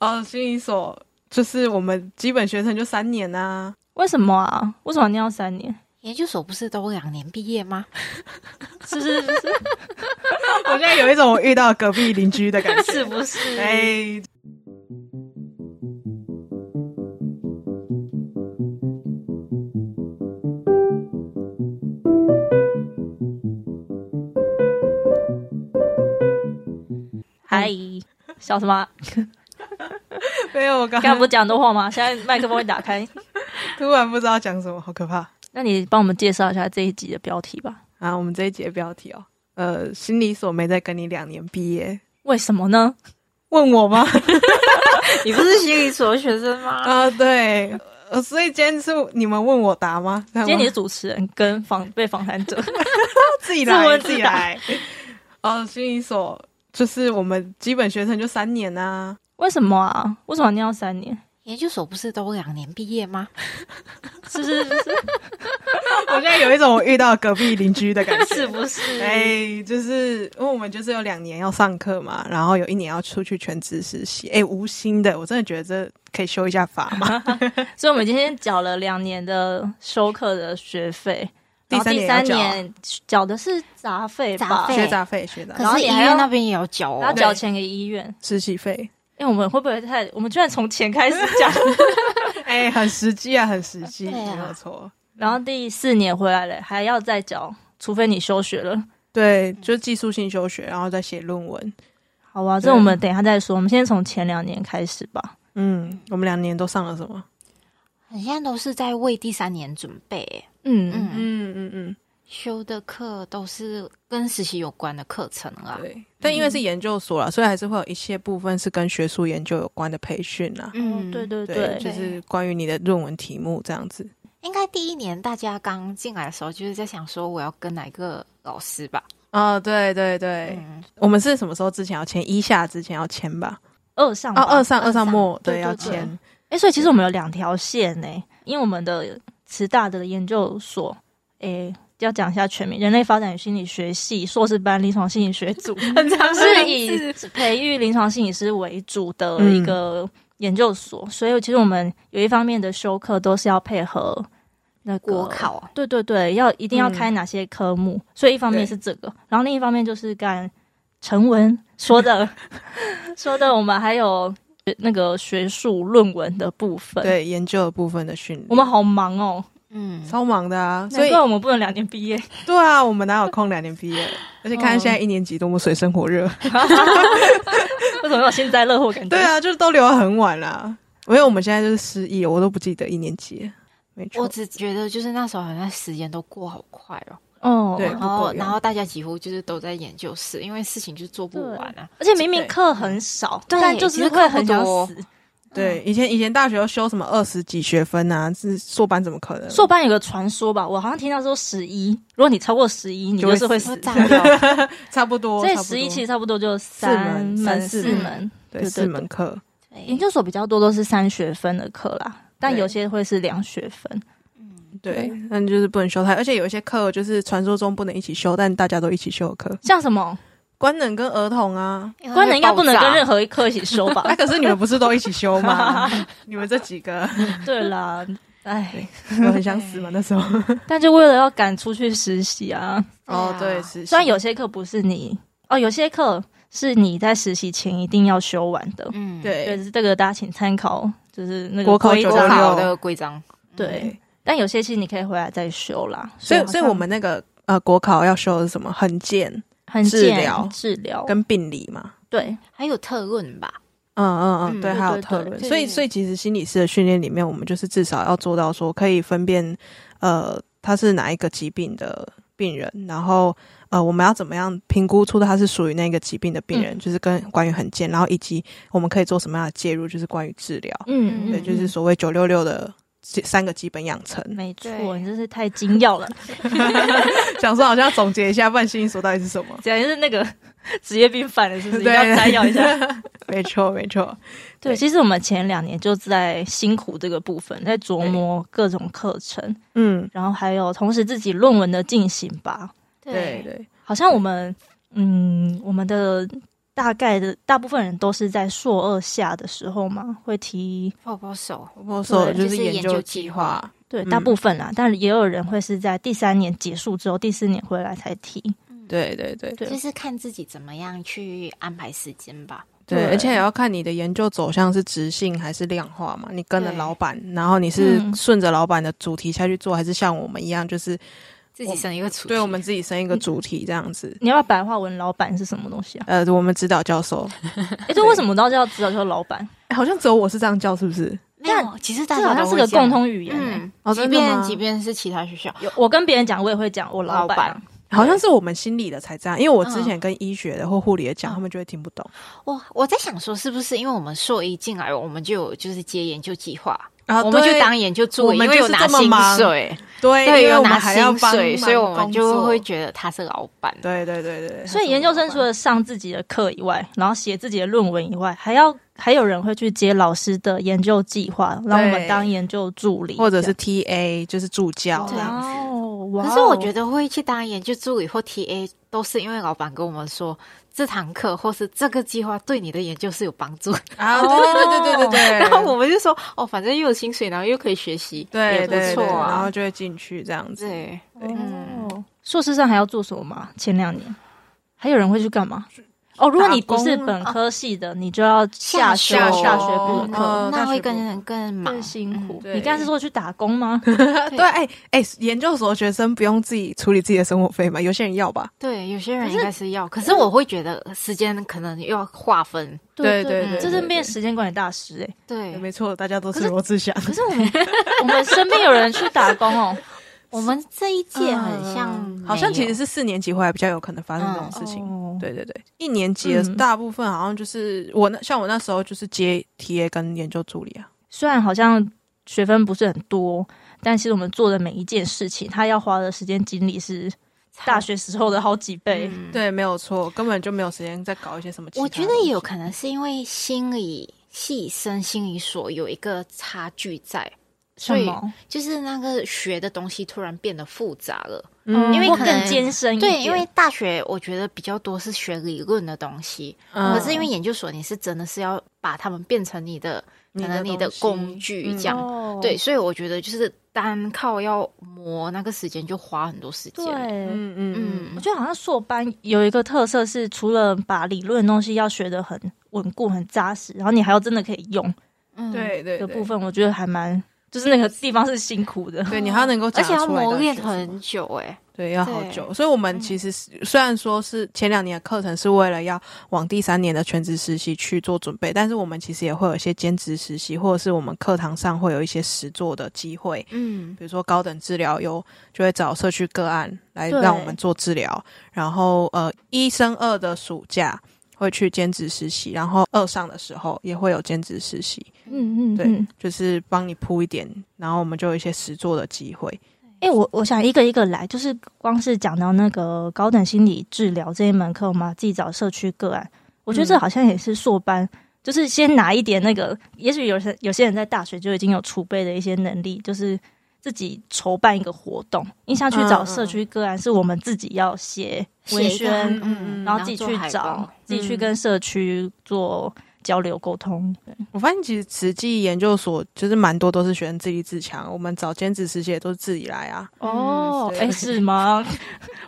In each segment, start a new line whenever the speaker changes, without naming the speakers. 哦，心理所就是我们基本学程就三年啊，
为什么啊？为什么你要三年？
研究所不是都两年毕业吗？
是是是是
我现在有一种我遇到隔壁邻居的感觉。
是不是？
哎，
嗨，笑什么？啊
没有，我刚
刚
刚
刚不讲很多话吗？现在麦克风会打开。
突然不知道讲什么，好可怕
那你帮我们介绍一下这一集的标题吧？
啊！我们这一节标题哦，呃，心理所没再跟你两年毕业，
为什么呢？
问我吗？
你不是心理所学生 吗？
哦
啊，对，呃，所以今天是你们问我答吗？今
今天你是主持人跟访被访谈者，
自己
自
来，
问
自
自
己
答
来。哦，心理所就是我们基本学程就三年啊，
为什么啊？为什么你要三年？
研究所不是都两年毕业吗？
是是是是
我现在有一种我遇到隔壁邻居的感觉。
是不是？
哎，就是因为我们就是有两年要上课嘛，然后有一年要出去全职实习。哎，无薪的，我真的觉得这可以修一下法嘛。
所以我们今天缴了两年的修课的学费，
第
然后
三
第
年要
三
缴啊
年缴的是杂费吧
杂？费
学杂费、学杂费
然
可
后
是
你
医
还要
院那边也有教
然后
哦。
缴钱给医院。
实习费，
因为我们会不会太？我们居然从钱开始讲，
哎，很实际啊，很实际，
对啊
没有错。
然后第四年回来了还要再缴，除非你休学了。
对，就技术性休学，然后再写论文。
好啊，
对
这我们等一下再说。我们先从前两年开始吧。
嗯，我们两年都上了什么？
你现在都是在为第三年准备，
嗯嗯，
嗯，
嗯嗯嗯。
修的课都是跟实习有关的课程啊。
对，但因为是研究所啦，所以还是会有一些部分是跟学术研究有关的培训啦。
嗯
哦对对
嗯对，
对，
就是关于你的论文题目这样子。
应该第一年大家刚进来的时候，就是在想说我要跟哪个老师吧。
哦，对对对，
嗯，
我们是什么时候之前要签？一下之前要签吧？
嗯二上
哦，
吧
二上
二
二上
上
末
对对
要
对
签。
哎、所以其实我们有两条线呢、因为我们的慈大的研究所，哎、要讲一下全名，人类发展与心理学系硕士班临床心理学 组，
很 长
是以培育临床心理师为主的一个研究所，所以其实我们有一方面的修课都是要配合那个
国考啊，
对对对，要一定要
嗯
开哪些科目，所以一方面是这个，然后另一方面就是干成文说的 说的，我们还有那个学术论文的部分，，
对研究的部分的训练，
我们好忙哦，
嗯，
超忙的啊！所
难
以
怪我们不能两年毕业，
对啊，我们哪有空两年毕 业？而且看看现在一年级多么水深火
哦
热。
为什么有幸灾乐祸感觉？
对，啊，就是都留到很晚啦。因为我们现在就是失忆，我都不记得一年级了。没
我
错，
只觉得就是那时候好像时间都过好快哦，
哦，
对
然
不够
后
用
然后大家几乎就是都在研究室，因为事情就做不完啊。
而且明明
对
课很少，
对
但就是会很想死。
哦对，以前以前大学要修什么二十几学分啊，是硕班怎么可能？
硕班有个传说吧，我好像听到说十一，如果你超过十一，你
就
就
会
是会
死
死
会。炸 掉，
差不多，
所以
差不多
十一其实差不多就
门
门、
三四
四
门
门。
对
对
四门课，
研
对
究所比较多都是三学分的课啦，但
对
有些会是两学分。
对，那你就是不能修太，而且有一些课就是传说中不能一起修，但大家都一起修的课，
像什么
官能跟儿童啊，
因为
官能应该
会爆
不能跟
炸
任何一科一起修吧
那？可是你们不是都一起修 吗？你们这几个，
对啦，哎，
我很想死嘛那 时候。
但就为了要赶出去实习啊，
哦，
对
对，
啊
是，
虽然有些课不是你哦，有些课是你在实习前一定要修完的。
嗯，
对，
对
这个大家请参考，就是那
国
个
考
规
九
国
六嗯
章。
考的规章，
对，，但有些其实你可以回来再修啦。
所以
好
所
像
以我们那个呃国考要修的是什么？横件
很
治
健
疗
治疗
跟病理嘛。
对
还有特论吧，
嗯嗯嗯，
嗯
对，
对
还有
对
特
对
论，
对
所以
对
所以其实心理师的训练里面，我们就是至少要做到说可以分辨，呃，他是哪一个疾病的病人，然后呃，我们要怎么样评估出他是属于那个疾病的病人，就是跟关于很健，然后以及我们可以做什么样的介入，就是关于治疗，
嗯，
对，
嗯
就是所谓九六六的这三个基本养成。
没错，
对
你真是太精要了，
想说好像要总结一下，万心所到底是什么？
简直是那个 职业病犯了，是不是？
对
要摘要一 下。
没错，没错，
对，其实我们前两年就在辛苦这个部分，在琢磨各种课程，
嗯，
然后还有同时自己论文的进行吧。
对，对，
好像我们嗯，我们的大概的大部分人都是在硕二下的时候嘛，会提
泡泡手，
我说
对
是
就是
研
研究
计
计
划
划，
对
嗯
大部分啦，但也有人会是在第三年结束之后，第四年回来才提。
对对对
对
就是看自己怎么样去安排时间吧。
对，
对
而且也要看你的研究走向是直性还是量化嘛。你跟着
对
老板，然后你是
嗯
顺着老板的主题下去做，还是像我们一样，就是
自己生一个主题，
对我们自己生一个主题这样子？
你要不要白话文老板是什么东西 啊？
呃，我们指导教授，
诶，这为什么都要知道叫老板？
哎好像只有我是这样叫，是不是？
没有，其实大
这
家
好
都
像是
会
个
这样
共。通语言、欸。
嗯，
哦
即
真的吗
便即便是其他学校，
有我跟别人讲，我也会讲我老板啊、
好像是我们心理的才这样，因为我之前跟医学的或护理的讲，他们就会听不懂。
我我在想说，是不是因为我们硕一进来，我们就有就是接研究计划，
然后
我们
啊对
就当研究助
我
理，
们
因为
就
有
是
拿
这么
薪
忙
水，
对，因为
有
我们
拿
还要
薪
帮
水，所以我们
忙
就
工
会
作
觉得他是老板。
对对对对。
所以研究生除了上自己的课以外，然后写自己的论文以外，还要还有人会去接老师的研究计划，让我们当研究助理，
或者是 TA 就是助教这
对
样
啊
子，
哦，哇
可是我觉得会去当研究助理或 TA，都是因为老板跟我们说，这堂课或是这个计划对你的研究是有帮助。
哦
啊，对对对对对 对。
然后我们就说，哦，反正又有薪水，然后又可以学习，
对
也不
对对，
错啊。
然后就会进去这样子。
对，
对
哦，硕士上还要做什么吗？前两年还有人会去干嘛？哦，如果你不是本科系的，你就要下修
下修
大学部
哦
课，
呃大
那
学
会
部
更人更忙嗯
更。辛苦。
对
你刚才是说去打工吗？
对，哎哎，研究所学生不用自己处理自己的生活费嘛？有些人要吧？
对，有些人应该是要，可是我会觉得时间可能又要划分。
对对
对
这是
对
变
对
时间管理大师哎。
对，
没错，大家都是罗志祥。
可是我们 我们身边有人去打工哦，
我们这一届很像
嗯
没有，
好像其实是四年级会还比较有可能发生这种
嗯
事情。
哦，
对对对，一年级的
嗯
大部分好像就是我那像我那时候就是接 TA 跟研究助理啊，
虽然好像学分不是很多，但其实我们做的每一件事情，他要花的时间精力是大学时候的好几倍。
嗯
对，没有错，根本就没有时间再搞一些什么其他
我
的东西。
觉得也有可能是因为心理系生心理所有一个差距在，
什
所以
么？
就是那个学的东西突然变得复杂了。
嗯，
因为
或
可
更
能
艰深一点。
对，因为大学我觉得比较多是学理论的东西，
嗯
可是因为研究所你是真的是要把它们变成你的可能你的
东西
工具
嗯
这样。
哦
对，所以我觉得就是单靠要磨那个时间就花很多时间
对。
了。
嗯嗯嗯，
嗯
我，觉得好像硕班有一个特色是，除了把理论的东西要学得很稳固、很扎实，然后你还要真的可以用
嗯，
对对
的
对
部，分，我觉得还蛮，就是那个地方是辛苦的。
对你还要能够
而
讲
且要
出来到
磨
底
练
学什么
很久哎、
对，要好
对
久。所以我们其实是虽然说是前两年的课程是为了要往第三年的全职实习去做准备，但是我们其实也会有一些兼职实习，或者是我们课堂上会有一些实做的机会。
嗯，
比如说高等治疗有就会找社区个案来
对
让我们做治疗，然后呃一升二的暑假会去兼职实习，然后二上的时候也会有兼职实习，
嗯嗯
对
嗯。
就是帮你铺一点，然后我们就有一些实做的机会。
哎、我我想一个一个来，就是光是讲到那个高等心理治疗这一门课，我们要自己找社区个案，我觉得这
嗯
好像也是硕班，就是先拿一点那个，也许有些有些人在大学就已经有储备的一些能力，就是自己筹办一个活动，你想去找社区个案，是我们自己要写文
写一个
宣，
嗯
嗯，
然后自己去
做海
找
报，
自己去跟社区做交流沟通。对
我发现其实慈济研究所就是蛮多都是学生自立自强，我们找兼职实习也都是自己来啊。
哦，
是
哎、是吗？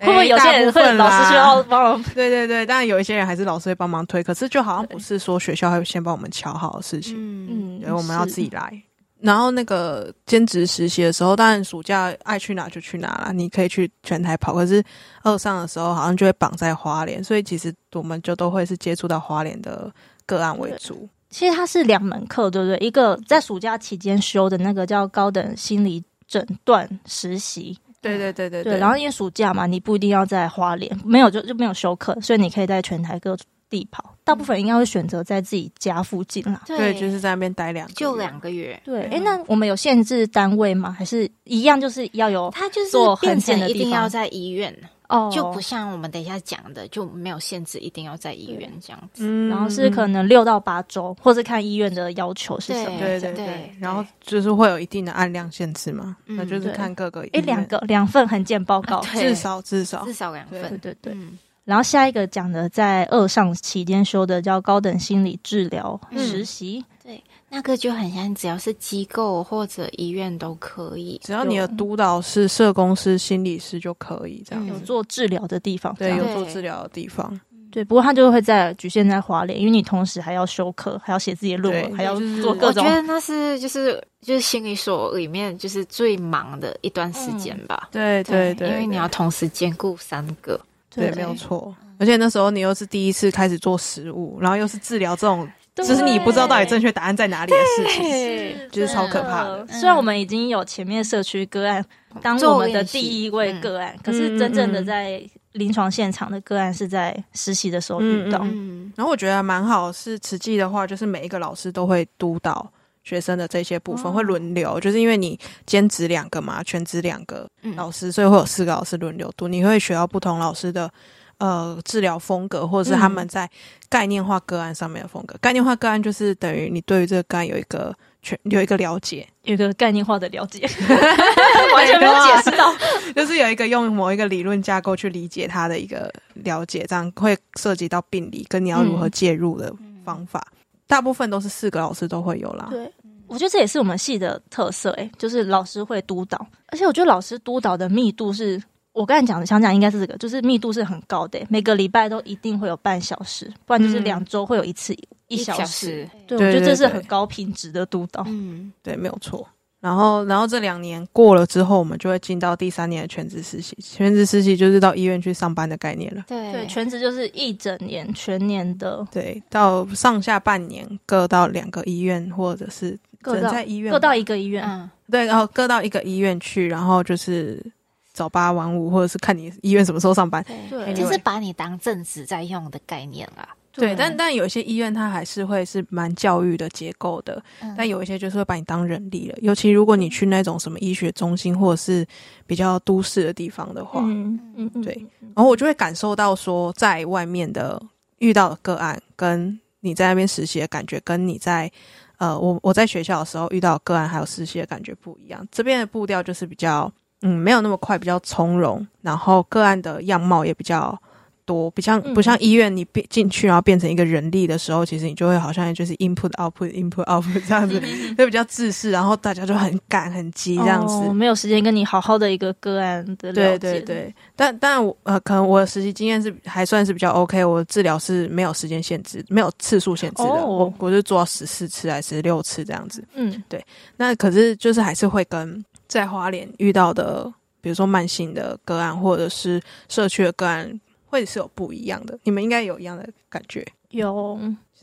会不会有些
哎大
人会
部分
老
啦
师就要帮忙
对对对，当然有一些人还是老师会帮忙推，可是就好像不是说学校会先帮我们瞧好的事情，
嗯，
嗯，
对，我们要
是
自己来。然后那个兼职实习的时候，当然暑假爱去哪就去哪啦，你可以去全台跑。可是二上的时候好像就会绑在花莲，所以其实我们就都会是接触到花莲的个案为主。
其实它是两门课，对不对？一个在暑假期间修的那个叫高等心理诊断实习，
对对对对
对。然后因为暑假嘛，你不一定要在花莲，没有就就没有修课，所以你可以在全台各地跑。大部分应该会选择在自己家附近啦。
对，就是在那边待两个
就
月
两个月，
对，
嗯
诶，那我们有限制单位吗？还是一样就是要有
他就是
做横
变
线
成
的
一
地
定
方
要在医院，
哦
就不像我们等一下讲的就没有限制，一定要在医院这样子。
嗯
然后是可能六到八周，或是看医院的要求是什么。
嗯对对对
对对，
然后就是会有一定的按量限制嘛，
嗯
那就是看各个医
诶，
院
两个两份横件报告，
对
至少至少
至少两
啊对
对
份。
对对。
嗯，
然后下一个讲的在二上期间修的叫高等心理治疗
嗯
实习，
对，那个就很像，只要是机构或者医院都可以。
只要你的督导是社工师、心理师就可以这样
嗯
有
子。
做治疗的地方。这
对，
样
有
对
做治疗的地方，
对，不过他就会在局限在华联，因为你同时还要修课，还要写自己的论文，
对
还要
就是
做
我
各
觉
种。
得那是就是就是心理所里面就是最忙的一段时间
嗯
吧。
对对对，
因为你要同时兼顾三个。
对，没有错。而且那时候你又是第一次开始做食物，然后又是治疗这种，
对
就是你不知道到底正确答案在哪里的事情。
对
就是超可怕的嗯
真虽然我们已经有前面社区个案当我们的第一位个案，可是真正的在临床现场的个案是在实习的时候遇到。
嗯，
然后我觉得蛮好，是慈济的话，就是每一个老师都会督导学生的这些部分，
哦
会轮流，就是因为你兼职两个嘛，全职两个
嗯
老师，所以会有四个老师轮流督，你会学到不同老师的。呃，治疗风格或者是他们在概念化个案上面的风格，概念化个案就是等于你对于这个个案有一个全 有一个了解，
有一个概念化的了 解，完全没有解释到。
就是有一个用某一个理论架构去理解它的一个了解，这样会涉及到病理跟你要如何介入的方法。大部分都是四个老师都会有啦，
对，啊我觉得这也是我们系的特色、诶，就是老师会督导，而且我觉得老师督导的密度是。我刚才讲的想讲应该是这个，就是密度是很高的、诶欸每个礼拜都一定会有半小时，不然就是
嗯
两周会有一次一小时。
时。
对，
对
我觉得
对
这是
对
很高品质的督导。
嗯，
对，没有错。然后，然后这两年过了之后，我们就会进到第三年的全职实习。全职实习就是到医院去上班的概念了。
对
对，全职就是一整年全年的
对，到上下半年各到两个医院，或者是
各
只
到
能在医院吧，
各到一个医院，
嗯，
对，然后各到一个医院去，然后就是早八晚五，或者是看你医院什么时候上班。
对
对，就是把你当正职在用的概念啦。
对，但
嗯
但有些医院它还是会是蛮教育的结构的，
嗯
但有一些就是会把你当人力了。尤其如果你去那种什么医学中心或者是比较都市的地方的话，
嗯嗯嗯，
对然后我就会感受到说，在外面的遇到的个案，跟你在那边实习的感觉，跟你在呃，我我在学校的时候遇到的个案还有实习的感觉不一样。这边的步调就是比较嗯，没有那么快，比较从容，然后个案的样貌也比较。多不像
嗯
不像医院，你变进去然后变成一个人力的时候，其实你就会好像就是 input output input output 这样子，
嗯
就比较自私，然后大家就很赶很急这样子。
哦没有时间跟你好好的一个个案的了
对
解，
对对，但但我呃，可能我的实习经验是还算是比较 OK，我的治疗是没有时间限制，没有次数限制的，
哦
我就做到十四次还是六次这样子。
嗯，
那可是就是还是会跟在花莲遇到的，比如说慢性的个案或者是社区的个案，会是有不一样的。你们应该有一样的感觉，
有，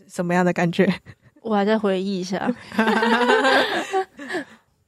什么样的感觉？
我还在回忆一下，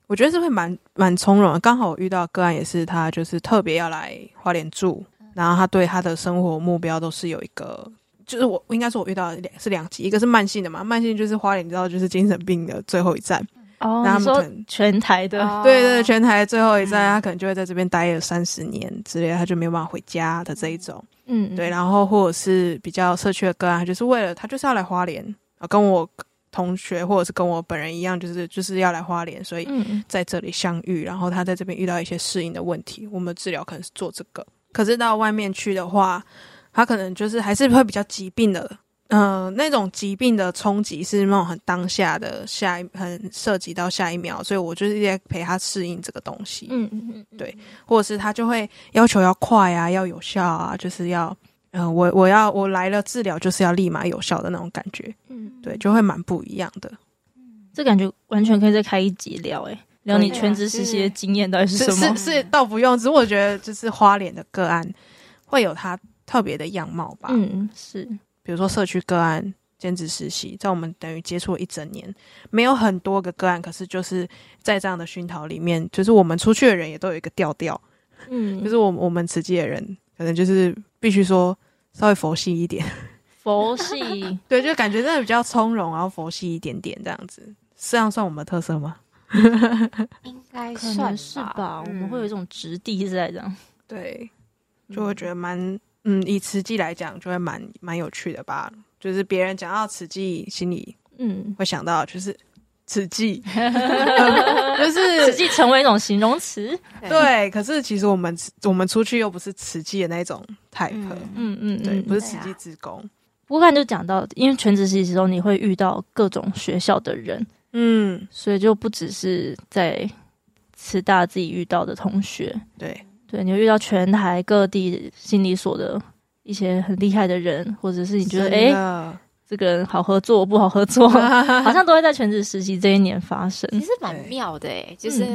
我觉得是会蛮蛮从容的。刚好我遇到个案也是，他就是特别要来花莲住，
嗯
然后他对他的生活目标都是有一个，就是我应该说我遇到的两是两级，一个是慢性的嘛，慢性就是花莲，你知道就是精神病的最后一站，
哦，
那他
你
们可
说哦
能
全台的，
哦
对对，全台最后一站，他可能就会在这边待了三十年之类，他就没有办法回家的这一种。
嗯，
对，然后或者是比较社区的个案，他就是为了他就是要来花莲啊，跟我同学或者是跟我本人一样，就是就是要来花莲，所以
嗯，
在这里相遇，然后他在这边遇到一些适应的问题，我们的治疗可能是做这个。可是到外面去的话，他可能就是还是会比较疾病的，呃，那种疾病的冲击是那种很当下的，下一很涉及到下一秒，所以我就是一直在陪他适应这个东西，
嗯嗯嗯，
或者是他就会要求要快啊，要有效啊，就是要，嗯、我我要我来了治疗就是要立马有效的那种感觉，
嗯，
对，就会蛮不一样的。
这感觉完全可以再开一集聊，哎，聊你
对啊
全职实习的经验到底是
是
什么
是？是，倒不用。只是我觉得，就是花脸的个案会有它特别的样貌吧。
嗯，是，
比如说社区个案、兼职实习，在我们等于接触了一整年，没有很多个个案，可是就是在这样的熏陶里面，就是我们出去的人也都有一个调调，
嗯，
就是我们我们慈济的人可能就是必须说稍微佛系一点，
佛 系，
对，就感觉真的比较从容，然后佛系一点点这样子，这样算我们的特色吗？
应该
可
算
能是吧，我们
嗯
会有一种质地在这样，
对，就会觉得蛮，嗯，以慈济来讲，就会蛮蛮有趣的吧。就是别人讲到慈济，心里
嗯，
会想到就是止剂，呃 就是
实际成为一种形容词。
嗯
对，可是其实我们我们出去又不是慈济的那种 type，、
嗯
嗯嗯，
对，
嗯
不是
对
慈
啊
济职工，
不过刚才就讲到，因为全职实习中你会遇到各种学校的人，
嗯，
所以就不只是在师大自己遇到的同学，
对，
对，你会遇到全台各地心理所的一些很厉害的人，或者是你觉得诶
真的
这个人好合作不好 合作，好像都会在全职实习这一年发生。
嗯其实蛮妙的诶，就是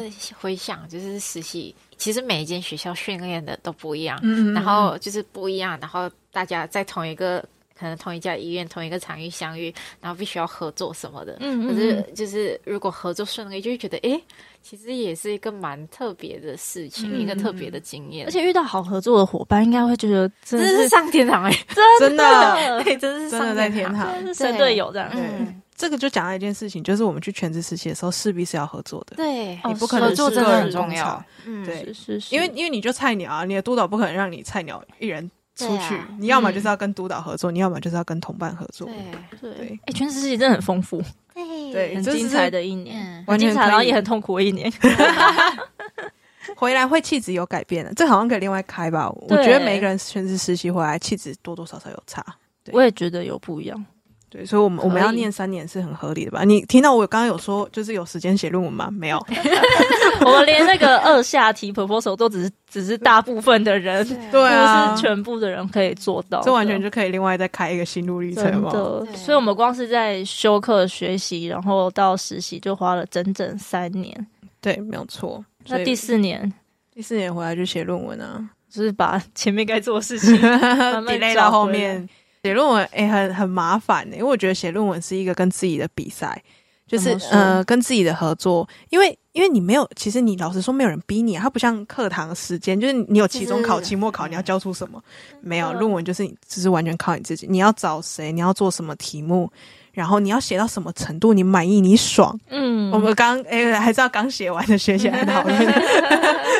回想，就是实习，其实每一间学校训练的都不一样，
嗯，嗯
然后就是不一样，然后大家在同一个可能同一家医院、同一个场域相遇，然后必须要合作什么的。
嗯
可是就是如果合作顺利，就会觉得诶，其实也是一个蛮特别的事情，
嗯
一个特别的经验，
而且遇到好合作的伙伴，应该会觉得真
真
的
的是
是
上天堂欸诶，
真的
对，真是
真的
上
在天堂。
真的是神队友这样。
对
嗯，
这个就讲到一件事情，就是我们去全职实习的时候，势必是要合作的，
对，
哦
你不可能
合作
是
真的
个
很
人
重
工
要
厂，
嗯，
对
是是是，
因为因为你就菜鸟啊，你的督导不可能让你菜鸟一人出去，
对啊
你要么就是要跟督导合作，你要么就是要跟同伴合作
对，
嗯对
对，
哎，全职实习真的很丰富，
对
对
很
这
精
是
彩的一年，
嗯，
很
完
精
全
彩，
可
然后
以
也很痛苦的一 年。
回来会气质有改变的，这好像可以另外开吧。我
对
觉得每一个人全职实习回来，气质多多少少有差。对
我也觉得有不一样，
对，所以，我们我们
可以
要念三年是很合理的吧？你听到我刚刚有说，就是有时间写论文吗？没 有，
我们连那个二下题 proposal 都只是只是大部分的人，
对
不
啊
是，全部的人可以做到的，
这完全就可以另外再开一个心路历程哦
真
嘛。
的
对。
所以我们光是在修课学习，然后到实习就花了整整三年。
对，没有错。所
那
以
第四年
第四年回来就写论文啊，
就是把前面该做的事情 慢慢
delay
找
到后
回来
面。写论文哎、很很麻烦的、因为我觉得写论文是一个跟自己的比赛，就
怎
是
么说
呃跟自己的合作，因为因为你没有，其实你老实说没有人逼你、啊，它不像课堂时间，就是你有期中考、
就是
期末考，你要交出什么？没有，
嗯
论文就是你就是完全靠你自己，你要找谁，你要做什么题目。然后你要写到什么程度，你满意，你爽。
嗯，
我们刚哎、还是要刚写完的学起来讨厌，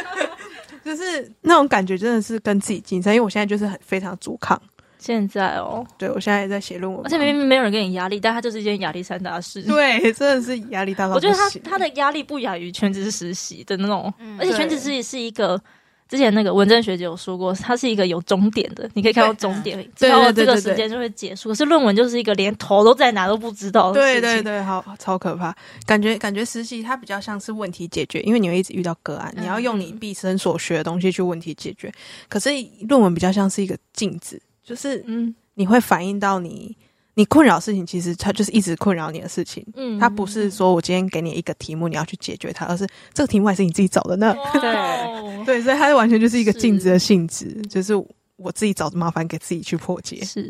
就是那种感觉真的是跟自己竞争。因为我现在就是很非常阻抗，
现在哦，
对，我现在也在写论文嘛，
而且明明没有人给你压力，但它就是一件压力山大的事。
对，啊真的是压力大到
我觉得他
不行
他的压力不亚于全职实习的那种，
嗯
而且全职实习是一个。之前那个文珍学姐有说过，它是一个有终点的，你可以看到终点，知
对
道
对对
这个
对对
时间就会结束。可是论文就是一个连头都在哪都不知道的
对
事情。
对对，好超可怕，感觉感觉实习它比较像是问题解决，因为你会一直遇到个案，
嗯
你要用你毕生所学的东西去问题解决。可是论文比较像是一个镜子，就是
嗯
你会反映到你你困扰的事情，其实它就是一直困扰你的事情。
嗯，
它不是说我今天给你一个题目，你要去解决它，而是这个题目还是你自己找的呢。
哇哦
对，所以它完全就是一个
是
镜子的性质，就是我自己找麻烦给自己去破解。
是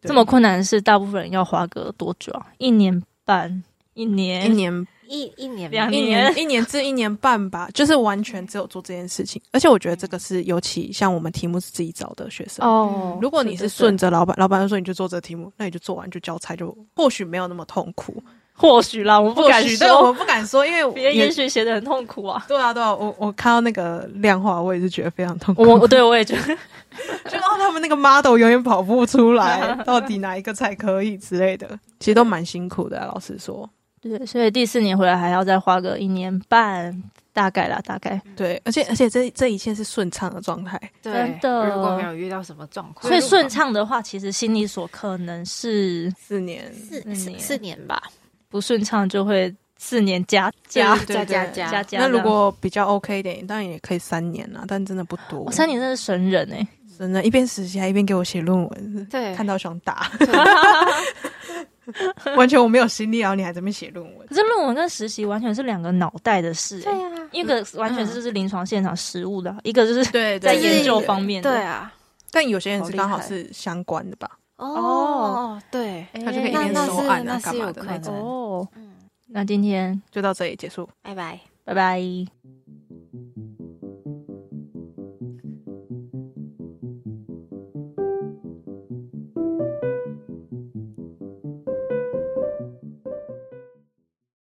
对
这么困难的事，大部分人要花个多久啊？一年半，一年，
一年
一一年
两
一
年
年一年至一年半吧，就是完全只有做这件事情。而且我觉得这个是尤其像我们题目是自己找的学生，
哦。
如果你是
对对对
顺着老板，老板就说你就做这题目，那你就做完就交差，就或许没有那么痛苦。
或许啦，我不
或
敢
许，但我
说，
不敢说，因为我
别人也
也
许写的很痛苦啊。
对啊对啊，我我看到那个量化，我也是觉得非常痛苦。
我我对我也觉得，
就哦，他们那个 model 永远跑不出来，到底哪一个才可以之类的，其实都蛮辛苦的、啊。老实说，
对，所以第四年回来还要再花个一年半，大概啦，大概。
对，而且而且这这一切是顺畅的状态，
对
真的
如果没有遇到什么状况，
所以顺畅的话，其实心理所可能是
四年
四
四
四
年
四年吧，
不顺畅，就会四年加加
啊
对加加加
加加。
那如果比较 OK 一点，当然也可以三年啦，但真的不多。
我哦三年真的是神人哎、
真的，一边实习还一边给我写论文，
对，
看到想打，
对
完全我没有心力，然后你还在那边写论文。
可是论文跟实习完全是两个脑袋的事、欸，
啊，
一个完全就是临床现场实务的啊，一个就是
对，
在
就是
研究方面的。
对啊，
但有些人是刚好
好厉害
是相关的吧？
哦
哦，对，
哎，
他就可以一
那
边
那
收
是
案
那
啊，
是
干嘛
有
的
可
那
能
种？
哦，
嗯，
那今天
就到这里结束。
拜拜。
拜拜。